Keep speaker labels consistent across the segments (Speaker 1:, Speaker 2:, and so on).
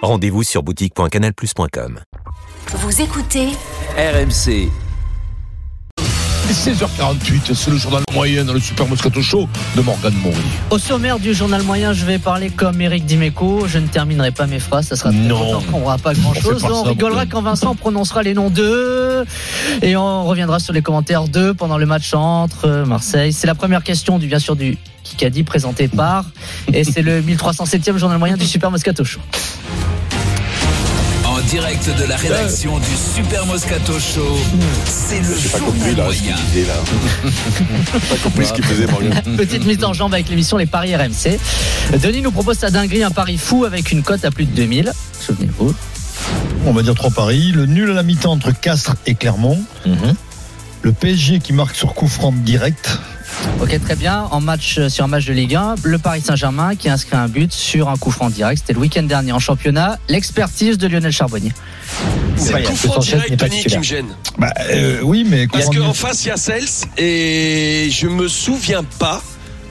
Speaker 1: Rendez-vous sur boutique.canalplus.com.
Speaker 2: Vous écoutez
Speaker 3: RMC.
Speaker 4: 16h48, c'est le journal moyen dans le Super Moscato Show de Morgane Moury.
Speaker 5: Au sommaire du journal moyen, je vais parler comme Eric Dimeco. Je ne terminerai pas mes phrases, ça sera
Speaker 4: Non.
Speaker 5: longtemps qu'on aura pas grand
Speaker 4: On fait
Speaker 5: chose.
Speaker 4: pas
Speaker 5: On
Speaker 4: ça,
Speaker 5: rigolera
Speaker 4: Morgane.
Speaker 5: quand Vincent prononcera les noms d'eux et on reviendra sur les commentaires d'eux pendant le match entre euh, Marseille. C'est la première question du bien sûr du Kikadi présenté par et c'est le 1307e journal moyen du Super Moscato Show.
Speaker 3: En direct de la rédaction du Super Moscato Show, c'est le
Speaker 6: J'ai Hmm. pas
Speaker 3: journal
Speaker 6: compris là, ce qu'il
Speaker 3: moyen.
Speaker 6: disait là. J'ai pas compris ce qu'il faisait Morgan.
Speaker 5: Petite mise en jambe avec l'émission Les Paris RMC. Denis nous propose sa dinguerie, un pari fou avec une cote à plus de 2000. Souvenez-vous.
Speaker 7: On va dire trois paris. Le nul à la mi-temps entre Castres et Clermont.
Speaker 6: Mhm.
Speaker 7: Le PSG qui marque sur coup franc direct.
Speaker 5: Ok, très bien. En match euh, sur un match de Ligue 1, le Paris Saint-Germain qui inscrit un but sur un coup franc direct. C'était le week-end dernier en championnat. L'expertise de Lionel Charbonnier.
Speaker 8: C'est
Speaker 7: Ouais,
Speaker 8: le coup
Speaker 7: c'est
Speaker 8: franc
Speaker 7: Sanchez qui n'est
Speaker 8: direct,
Speaker 7: pas
Speaker 8: Denis, qui
Speaker 7: titulaire.
Speaker 8: me gêne.
Speaker 7: Bah, euh, oui, mais
Speaker 8: Parce
Speaker 7: comment
Speaker 8: qu'en
Speaker 7: dire
Speaker 8: face, il y a Cels et je me souviens pas.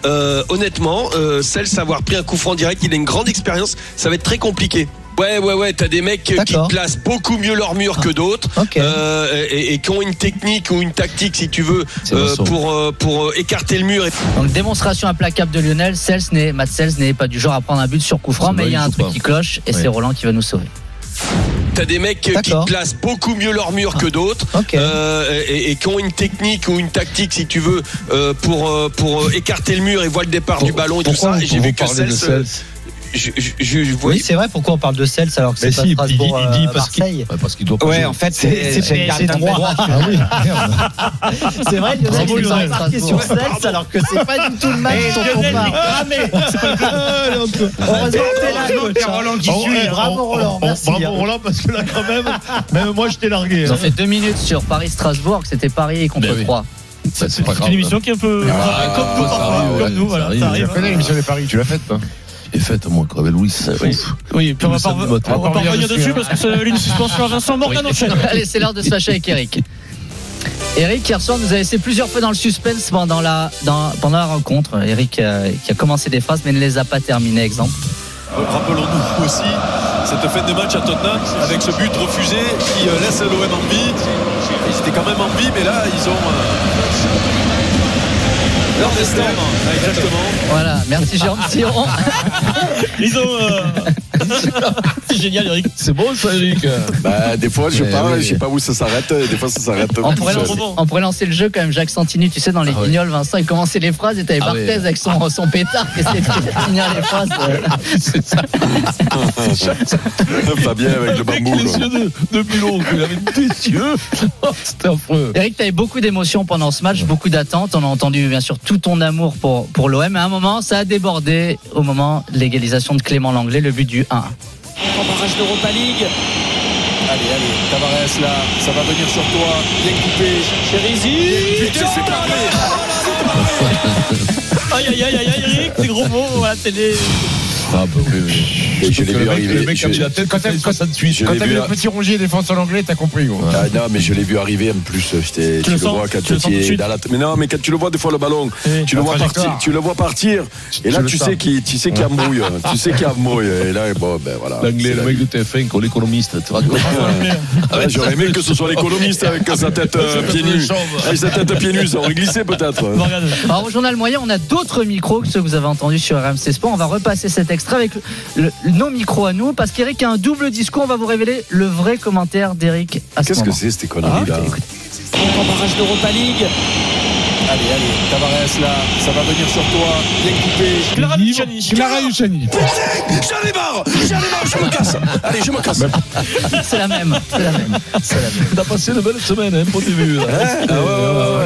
Speaker 8: euh, honnêtement, euh, Cels avoir pris un coup franc direct, il a une grande expérience, ça va être très compliqué. Ouais, ouais, ouais, t'as des mecs euh, qui
Speaker 5: D'accord.
Speaker 8: placent beaucoup mieux leur mur
Speaker 7: Ah.
Speaker 8: que d'autres
Speaker 5: Ok.
Speaker 8: euh, et, et qui ont une technique ou une tactique, si tu veux,
Speaker 7: C'est
Speaker 8: euh,
Speaker 7: Vincent.
Speaker 8: pour, euh, pour euh, écarter le mur. Et...
Speaker 5: Donc démonstration implacable de Lionel. Cels n'est, Matt Cels n'est pas du genre à prendre un but sur coup franc,
Speaker 7: C'est
Speaker 5: mais il y a
Speaker 7: vrai,
Speaker 5: un
Speaker 7: il faut
Speaker 5: truc
Speaker 7: pas.
Speaker 5: qui cloche et
Speaker 7: Oui.
Speaker 5: c'est Roland qui va nous sauver.
Speaker 8: T'as des mecs euh, qui
Speaker 5: D'accord.
Speaker 8: placent beaucoup mieux leur mur
Speaker 7: Ah.
Speaker 8: que d'autres
Speaker 5: Ok.
Speaker 8: euh, et, et qui ont une technique ou une tactique, si tu veux, euh, pour, euh, pour euh, écarter le mur et voir le départ du ballon et tout
Speaker 7: Pourquoi
Speaker 8: ça.
Speaker 7: on-
Speaker 8: Et J'ai
Speaker 7: on
Speaker 8: vu que
Speaker 7: parlait de
Speaker 8: Cels. euh, je, je, je- je voyais-
Speaker 5: c'est vrai. Pourquoi on parle de Cels alors que
Speaker 7: Mais si, il dit, il
Speaker 8: euh,
Speaker 9: euh,
Speaker 7: dit parce qu'il ouais, parce qu'il doit pas jouer.
Speaker 10: fait,
Speaker 7: c'est- c'est
Speaker 10: Gareth
Speaker 7: droit.
Speaker 10: Bale.
Speaker 7: Ah oui, merde.
Speaker 5: C'est vrai, Lionel,
Speaker 7: Bravo,
Speaker 5: il est
Speaker 7: Lionel.
Speaker 5: marqué sur Cels alors que c'est pas du tout le match dont on parle. Heureusement que t'es là, coach, hein.
Speaker 7: Oh, eh,
Speaker 5: Bravo,
Speaker 7: on-
Speaker 5: Roland,
Speaker 7: on-
Speaker 5: merci,
Speaker 7: Bravo
Speaker 5: hein.
Speaker 7: Roland, parce que là, quand même, même moi, je t'ai largué.
Speaker 5: Ils ont
Speaker 7: hein.
Speaker 5: fait deux minutes sur Paris-Strasbourg, c'était Paris contre
Speaker 4: Ben oui.
Speaker 5: Troyes.
Speaker 4: Ça, C'est pas grave.
Speaker 7: qui est un peu
Speaker 6: Ah,
Speaker 9: Ah,
Speaker 4: comme nous, parfois, comme nous, voilà, ça Ah, arrive.
Speaker 7: connais l'émission des paris, tu l'as faite, toi
Speaker 4: Et faites moi, Cravel Louis, ça ouf.
Speaker 11: Oui, puis on va
Speaker 4: Le
Speaker 11: pas
Speaker 4: samedi matin.
Speaker 11: on va pas revenir dessus parce que c'est une suspension à Vincent Morgan enchaîne.
Speaker 5: Allez, c'est l'heure de se fâcher avec Eric. Eric, hier soir, nous a laissé plusieurs fois dans le suspense pendant la, dans- pendant la rencontre. Eric euh, qui a commencé des phrases mais ne les a pas terminées, exemple.
Speaker 12: Euh, Rappelons-nous aussi cette fin de match à Tottenham avec ce but refusé qui euh, laisse l'OM en vie. Ils étaient quand même en vie, mais là, ils ont. euh, Leur destin, hein, exactement.
Speaker 5: Voilà, merci Jérôme Siron.
Speaker 11: Ils ont. euh, C'est génial, Eric.
Speaker 4: C'est bon, ça, Eric
Speaker 6: Bah, des fois, je
Speaker 4: Eh
Speaker 6: parle,
Speaker 4: oui.
Speaker 6: je sais pas où ça s'arrête, et des fois, ça s'arrête.
Speaker 5: On
Speaker 6: tout
Speaker 5: pourrait,
Speaker 6: seul.
Speaker 5: lancer, on pourrait lancer le jeu quand même, Jacques Santini, tu sais, dans les
Speaker 4: Ah ouais.
Speaker 5: guignols, Vincent, il commençait les phrases et t'avais
Speaker 4: Ah ouais.
Speaker 5: Barthez avec son, son pétard qui essayait de finir les phrases. euh.
Speaker 4: C'est ça.
Speaker 6: Fabien avec le
Speaker 4: Mec,
Speaker 6: bambou.
Speaker 4: les
Speaker 6: là.
Speaker 4: yeux de, de Mulot, il avait des yeux. Oh, C'était affreux.
Speaker 5: Eric, tu avais beaucoup d'émotions pendant ce match, beaucoup d'attentes. On a entendu bien sûr tout ton amour pour, pour l'OM. À un moment, ça a débordé au moment de l'égalisation de Clément Langlais, le but du 1.
Speaker 12: En barrage d'Europa League. Allez, allez, Tavares là, ça va venir sur toi. Bien coupé. Cherizi. Putain, c'est pas vrai.
Speaker 11: Aïe, aïe, aïe, aïe, aïe, Eric, des gros mots. Voilà, c'est les.
Speaker 4: Ah, bah oui, oui.
Speaker 6: Et je
Speaker 4: Que
Speaker 6: l'ai vu
Speaker 4: le mec-
Speaker 6: arriver.
Speaker 4: Le mec
Speaker 6: je-
Speaker 4: a mis la tête quand elle ça de suite.
Speaker 6: je l'ai vu,
Speaker 10: Petit rongier défense en anglais, t'as compris, gros.
Speaker 6: ah, non, mais je l'ai vu arriver en plus. euh, J'étais- Tu
Speaker 11: le
Speaker 6: le
Speaker 11: sens,
Speaker 6: vois quand
Speaker 11: tu le sens
Speaker 6: il
Speaker 11: tout de
Speaker 6: est
Speaker 11: suite.
Speaker 6: dans la. Mais non, mais quand tu le vois des fois le ballon, Eh, tu le vois partir, tu le vois partir. Et là,
Speaker 10: le
Speaker 6: tu
Speaker 10: sens.
Speaker 6: sais qu'il, tu sais qu'il embrouille, hein. tu sais qu'il embrouille. Et là, bon, ben voilà.
Speaker 9: Ah,
Speaker 4: L'anglais,
Speaker 6: C'est
Speaker 4: le
Speaker 6: la-
Speaker 4: mec de TF1, qu'on l'économiste. tu vois.
Speaker 6: Ah ouais, J'aurais aimé que ce soit l'économiste avec sa tête euh, pieds nus.
Speaker 4: Chambre.
Speaker 6: Avec sa tête pieds nus, ça aurait glissé peut-être. hein.
Speaker 11: Morgan.
Speaker 5: Alors au journal moyen, on a d'autres micros que ceux que vous avez entendus sur RMC Sport. On va repasser cet extrait avec le, le- nos micros à nous, parce qu'Eric a un double discours. On va vous révéler le vrai commentaire d'Eric à ce
Speaker 6: Qu'est-ce que
Speaker 5: moment.
Speaker 6: c'est cette connerie là
Speaker 12: Donc en barrage d'Europa League. Allez, allez, Tavares là, ça va venir sur toi, bien coupé.
Speaker 10: Clara Luciani. Clara Luciani.
Speaker 8: Putain, j'en ai marre, j'en ai marre, je me casse. Allez, je me casse.
Speaker 5: C'est la même, c'est la même.
Speaker 7: T'as passé une belle semaine, hein, pour tes vues.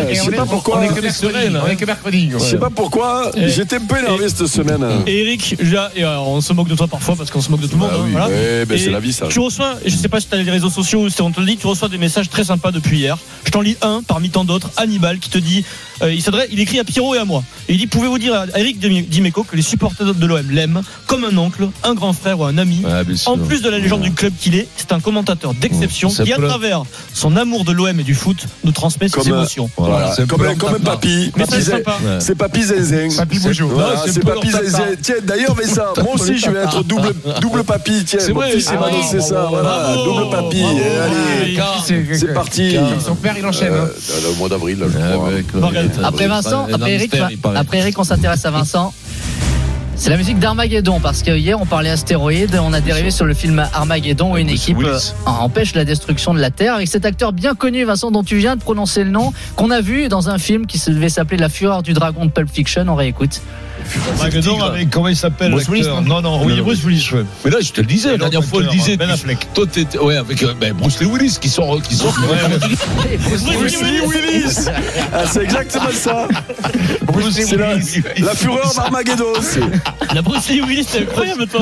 Speaker 6: Je sais pas pourquoi.
Speaker 10: On est que mercredi. On est que mercredi.
Speaker 6: Je sais pas pourquoi,
Speaker 10: Et-
Speaker 6: j'étais un peu énervé cette semaine.
Speaker 10: Et Eric, là, et alors, on se moque de toi parfois parce qu'on se moque de tout le monde.
Speaker 6: Bah
Speaker 10: hein,
Speaker 6: oui,
Speaker 10: voilà.
Speaker 6: ouais, ben,
Speaker 10: Et
Speaker 6: c'est la vie, ça.
Speaker 10: Tu reçois, je sais pas si t'as les réseaux sociaux ou si on te le dit, tu reçois des messages très sympas depuis hier. Je t'en lis un parmi tant d'autres, Hannibal, qui te dit, euh, il s'adresse, il écrit à Pierrot et à moi. Et il dit, pouvez-vous dire à Eric Demi- Dimeco que les supporters de l'OM l'aiment comme un oncle, un grand frère ou un ami. En plus de la légende du club qu'il est, c'est un commentateur d'exception
Speaker 7: C'est
Speaker 10: qui, à
Speaker 7: plein.
Speaker 10: travers son amour de l'OM et du foot, nous transmet ses
Speaker 6: Comme euh, un-
Speaker 10: émotions.
Speaker 6: Voilà,
Speaker 7: C'est
Speaker 6: comme,
Speaker 7: Paul
Speaker 6: un- comme un
Speaker 7: Ortega.
Speaker 6: papy.
Speaker 10: Mais
Speaker 6: Papy
Speaker 10: c'est
Speaker 6: Zé-
Speaker 10: sympa.
Speaker 7: Ouais.
Speaker 6: C'est papy Zinzin.
Speaker 10: Papy Bougeot.
Speaker 6: Voilà,
Speaker 10: Non, c'est
Speaker 6: c'est
Speaker 10: Paul
Speaker 6: papy
Speaker 10: Ortega.
Speaker 6: Zinzin. Tiens, d'ailleurs, mais ça, moi aussi, je vais être double, double papy. Tiens,
Speaker 10: C'est
Speaker 6: mon
Speaker 10: vrai,
Speaker 6: fils, il
Speaker 10: ah
Speaker 6: m'a
Speaker 10: oui.
Speaker 6: lancé ça. Voilà,
Speaker 10: Bravo.
Speaker 6: double papy.
Speaker 10: Bravo. Ah,
Speaker 6: Eh, allez,
Speaker 10: Bravo.
Speaker 6: c'est parti.
Speaker 10: Son père, il enchaîne. hein. Ah,
Speaker 6: Euh, le mois d'avril, là, je
Speaker 9: Ah
Speaker 6: crois.
Speaker 5: Après Vincent, après Eric, hein.
Speaker 7: il paraît.
Speaker 5: après Eric, on s'intéresse à Vincent. C'est la musique d'Armageddon parce que hier on parlait astéroïdes, on a dérivé sur le film Armageddon où une équipe euh, empêche la destruction de la Terre avec cet acteur bien connu Vincent dont tu viens de prononcer le nom qu'on a vu dans un film qui se devait s'appeler La Fureur du Dragon de Pulp Fiction. On réécoute.
Speaker 7: Magadon avec, comment il s'appelle
Speaker 9: Bruce Willis,
Speaker 7: l'acteur
Speaker 9: non
Speaker 7: Non, non, oui, Bruce Willis, ouais.
Speaker 9: Mais là, je te le disais, la
Speaker 7: Et l'autre
Speaker 9: dernière fois, on le
Speaker 7: acteur,
Speaker 9: disait.
Speaker 7: Ben
Speaker 9: tu-
Speaker 7: Affleck.
Speaker 9: Toi, t'étais. Ouais, avec euh, ben, Bruce Lee Willis qui sort. Qui sort
Speaker 6: Bruce Lee Willis. Ah, c'est exactement ça. C'est la, la fureur d'Armageddon. c'est-
Speaker 10: La Bruce Lee Willis, c'est incroyable, toi.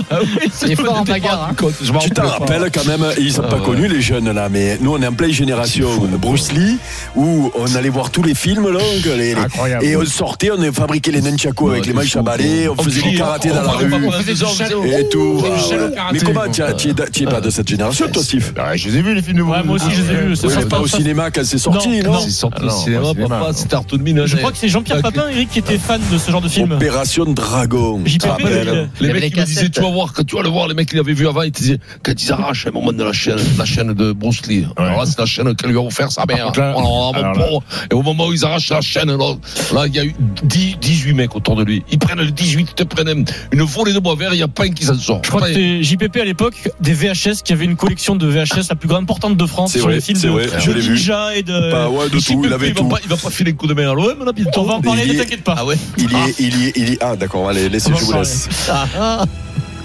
Speaker 5: Il est fort en bagarre. hein.
Speaker 6: Tu t'en rappelles quand même, ils sont
Speaker 10: Ah,
Speaker 6: pas connus les jeunes là, mais nous on est en pleine génération Bruce Lee où on allait voir tous les films là, donc, les- les-
Speaker 10: Incroyable.
Speaker 6: et on sortait, on fabriquait les nunchakus avec les manches à balai, on faisait du karaté dans la rue et tout. voilà, ouais. Mais comment tu as- tu es, tu es pas de cette génération toi, Steve
Speaker 9: Ouais, je les ai vus, les films de Bruce
Speaker 10: Ah, Ouais, moi aussi, je les ai vus.
Speaker 6: Oui,
Speaker 10: Ah, C'est
Speaker 6: mais pas au
Speaker 10: ça.
Speaker 6: cinéma quand c'est sorti, non,
Speaker 9: C'est sorti au
Speaker 7: non, pas
Speaker 9: cinéma,
Speaker 7: au cinéma,
Speaker 9: papa,
Speaker 7: non.
Speaker 9: c'était Arthur Mine.
Speaker 10: Je crois que c'est Jean-Pierre Papin, Eric, qui était fan de ce genre de film.
Speaker 6: Opération Dragon.
Speaker 10: JPP,
Speaker 6: Tu te rappelles,
Speaker 10: il-
Speaker 6: hein
Speaker 5: Il y
Speaker 9: Les
Speaker 5: avait les
Speaker 9: mecs qui me disaient,
Speaker 5: cassettes.
Speaker 9: tu vas voir, quand tu vas le voir, les mecs qui l'avaient vu avant, ils te disaient, quand ils arrachent à un moment de la chaîne, la chaîne de Bruce Lee. Alors là, c'est la chaîne qu'elle lui a offert sa mère.
Speaker 10: contre, là-
Speaker 9: Alors, là, mon
Speaker 10: alors là-
Speaker 9: pauvre, et au moment où ils arrachent la chaîne, là, là, il y a eu 10, 18 mecs autour de lui. Ils prennent le 18, ils te prennent une volée de bois vert, il n'y a pas un qui s'en sort.
Speaker 10: Je crois que c'était JPP à l'époque des VHS qui avait une collection de VHS la plus grande portante de France
Speaker 6: C'est
Speaker 10: sur
Speaker 6: vrai,
Speaker 10: les films
Speaker 6: c'est
Speaker 10: de,
Speaker 6: vrai,
Speaker 10: de
Speaker 6: je l'ai vu.
Speaker 10: Ninja et de.
Speaker 6: Bah ouais, de tout, il avait
Speaker 9: il va
Speaker 6: tout.
Speaker 9: pas- Il va pas filer le coup de main à l'OM, là, bientôt.
Speaker 10: On va en parler,
Speaker 6: Il
Speaker 10: ne
Speaker 6: est-
Speaker 10: t'inquiète pas.
Speaker 9: Ah ouais?
Speaker 6: Il y est, il y est, il y est. Ah d'accord, allez, laissez,
Speaker 10: On va
Speaker 6: je vous
Speaker 10: parler.
Speaker 6: laisse.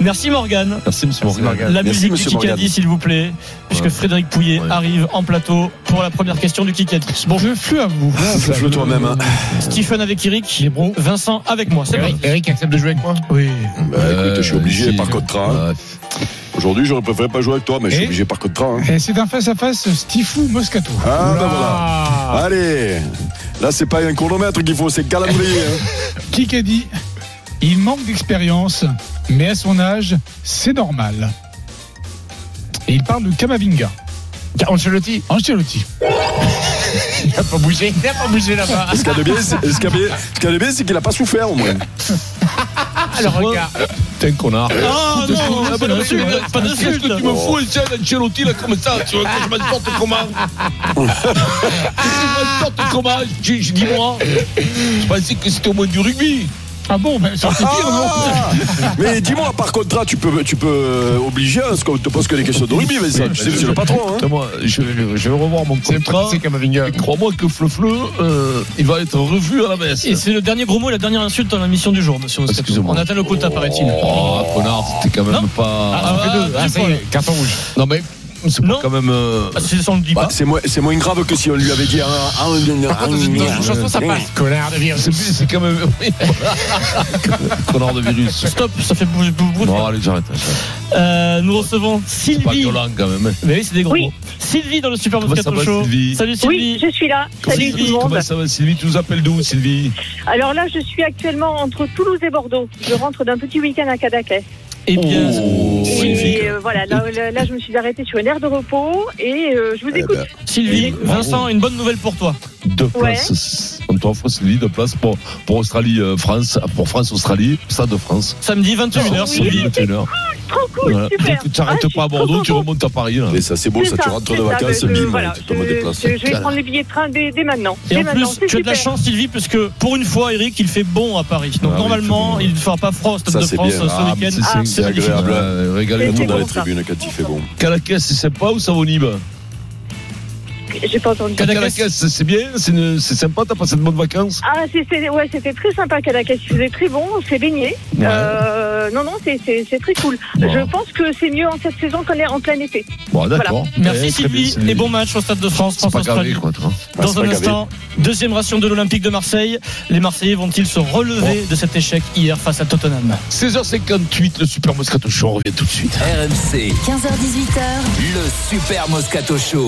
Speaker 10: Merci Morgane.
Speaker 9: Merci, monsieur Morgan.
Speaker 10: La
Speaker 6: Merci,
Speaker 10: musique
Speaker 6: monsieur
Speaker 10: du Kikadi,
Speaker 6: Morgane.
Speaker 10: s'il vous plaît, puisque Frédéric Pouillet
Speaker 9: Ouais.
Speaker 10: arrive en plateau pour la première question du Kikadi. Bon, je flue à vous.
Speaker 6: Ah, Fais-le toi-même. hein.
Speaker 10: Stephen avec Eric, Vincent avec moi. C'est parti.
Speaker 7: Eric accepte de jouer avec moi
Speaker 10: Oui.
Speaker 6: Bah écoute, je suis obligé
Speaker 9: Euh,
Speaker 6: par contrat. hein. Aujourd'hui, j'aurais préféré pas jouer avec toi, mais je suis
Speaker 10: Et
Speaker 6: obligé par contrat. hein.
Speaker 10: Et c'est un face-à-face Stifou Moscato.
Speaker 6: Ah, ben voilà. Allez, là, c'est pas un chronomètre qu'il faut, c'est le calendrier. hein.
Speaker 10: Qui a dit Il manque d'expérience, mais à son âge, c'est normal. Et il parle de Kamavinga. Ancelotti Ancelotti. il n'a pas bougé, il n'a pas bougé là-bas.
Speaker 6: Ce qu'il y a de bien, c'est- ce qu'il y a bien- ce qu'il y a de bien, c'est qu'il a pas souffert, au moins.
Speaker 10: Alors regarde.
Speaker 9: T'es un connard.
Speaker 10: Ah non, c'est pas d'insulte, pas
Speaker 9: Qu'est-ce que tu me fous, Etienne Ancelotti, là, comme ça Tu veux que je m'en sorte comment Je m'en sorte comment Je je dis moi. Je pensais que c'était au moins du rugby.
Speaker 10: Ah bon, mais ça c'est pire, non
Speaker 6: Ah mais dis-moi, par contrat, tu peux, tu peux obliger à ce qu'on te pose que des questions de rugby, mais ça, tu sais que c'est le patron. hein.
Speaker 9: Attends, moi, je, vais- je vais revoir mon contrat.
Speaker 7: C'est Camavinga.
Speaker 9: Et Crois-moi que Fleu-Fleu, euh, il va être revu à la baisse.
Speaker 10: Et c'est le dernier gros mot et la dernière insulte dans la mission du jour, monsieur Moscato.
Speaker 9: Excusez-moi.
Speaker 10: On atteint le quota, paraît-il.
Speaker 9: Oh, connard, c'était quand même
Speaker 10: Non.
Speaker 9: pas.
Speaker 10: ah, ça y est.
Speaker 7: Carton rouge.
Speaker 9: non, mais c'est
Speaker 10: Non.
Speaker 9: pas quand même. euh,
Speaker 10: Ah, c'est- ça, on le dit
Speaker 6: Bah,
Speaker 10: pas.
Speaker 6: c'est moins, c'est moins grave que si on lui avait dit. un- un- un-
Speaker 13: Ah, bah,
Speaker 6: un-
Speaker 7: Connard de virus.
Speaker 9: C'est c'est quand même. oui, voilà. Connard de virus.
Speaker 10: Stop, ça fait bouger. Euh,
Speaker 9: Bon, allez, j'arrête. j'arrête.
Speaker 10: nous recevons
Speaker 9: C'est pas
Speaker 10: Sylvie.
Speaker 9: violent quand même. hein.
Speaker 10: Mais oui, c'est des gros
Speaker 13: Oui.
Speaker 10: mots. Sylvie dans le Super
Speaker 9: Comment ça
Speaker 10: Moscato
Speaker 9: va,
Speaker 10: Show.
Speaker 9: Sylvie
Speaker 10: Salut
Speaker 13: Oui,
Speaker 10: Sylvie.
Speaker 13: je suis là. Salut tout
Speaker 10: Sylvie,
Speaker 13: le monde.
Speaker 9: Comment ça va, Sylvie Tu nous appelles d'où, Sylvie
Speaker 13: Alors là, je suis actuellement entre Toulouse et Bordeaux. Je rentre d'un petit week-end à Cadaqués.
Speaker 10: Eh bien,
Speaker 9: Oh.
Speaker 13: et euh, voilà, là, là- là, je me suis arrêtée sur une aire de repos et euh, je vous écoute.
Speaker 6: Eh ben,
Speaker 10: Sylvie, Vincent, une bonne nouvelle pour toi.
Speaker 9: Deux
Speaker 13: Ouais.
Speaker 9: places. On t'offre, Sylvie, deux places pour, pour Australie-France, pour France-Australie, Stade de France.
Speaker 10: Samedi 21h,
Speaker 13: Ah, Oui.
Speaker 10: Sylvie.
Speaker 9: 21h.
Speaker 13: Ah, Trop cool,
Speaker 9: Voilà.
Speaker 13: super.
Speaker 9: Tu t'arrêtes
Speaker 13: Ah, je
Speaker 9: pas à
Speaker 13: suis
Speaker 9: Bordeaux,
Speaker 13: trop
Speaker 9: tu
Speaker 13: contente.
Speaker 9: remontes à Paris. là.
Speaker 6: Mais ça, c'est beau,
Speaker 13: C'est
Speaker 6: ça, tu
Speaker 13: ça,
Speaker 6: rentres de
Speaker 13: c'est ça,
Speaker 6: vacances,
Speaker 13: je-
Speaker 6: bim,
Speaker 13: voilà,
Speaker 6: tu te
Speaker 13: je-
Speaker 6: déplaces.
Speaker 13: je- je vais prendre les billets de train dès, dès maintenant.
Speaker 10: Et
Speaker 13: Dès
Speaker 10: en
Speaker 13: maintenant,
Speaker 10: plus,
Speaker 13: c'est
Speaker 10: tu as de la
Speaker 13: super.
Speaker 10: chance, Sylvie, parce que pour une fois, Eric, il fait bon à Paris. Donc
Speaker 9: Ah oui,
Speaker 10: normalement,
Speaker 9: il fait bon.
Speaker 10: il ne fera pas froid au Stade
Speaker 6: Ça,
Speaker 10: de
Speaker 6: c'est
Speaker 10: France
Speaker 6: bien.
Speaker 10: euh,
Speaker 9: Ah,
Speaker 10: ce
Speaker 9: mais
Speaker 10: week-end.
Speaker 9: c'est-
Speaker 13: Ah,
Speaker 9: c'est
Speaker 6: magnifique.
Speaker 9: agréable. hein. Régale
Speaker 6: Tout
Speaker 13: C'est
Speaker 6: dans les
Speaker 13: bon, ça.
Speaker 6: tribunes quand il fait bon.
Speaker 9: Calaquès, c'est sympa ou ça va au Nîmes
Speaker 13: J'ai pas entendu.
Speaker 9: Caracas, c'est bien, c'est une- c'est sympa, t'as passé de bonnes vacances.
Speaker 13: Ah, c'était ouais, c'était très sympa Caracas. Il faisait très bon, on s'est baigné.
Speaker 9: Ouais.
Speaker 13: Euh, non, non, c'est- c'est c'est très cool.
Speaker 10: Bon.
Speaker 13: Je pense que c'est mieux en cette saison qu'en en plein été.
Speaker 7: Bon,
Speaker 13: d'accord.
Speaker 10: Merci
Speaker 9: Eh,
Speaker 13: Ouais, très
Speaker 10: Sylvie et bon match au Stade de France. France Australie.
Speaker 9: hein.
Speaker 7: c'est
Speaker 10: Dans
Speaker 7: pas
Speaker 10: un
Speaker 7: gavé.
Speaker 10: instant, deuxième ration de l'Olympique de Marseille. Les Marseillais vont-ils se relever de cet échec hier face à Tottenham
Speaker 9: 16h58, le Super Moscato Show, on revient tout de suite.
Speaker 3: RMC,
Speaker 2: 15h18h.
Speaker 3: le Super Moscato Show.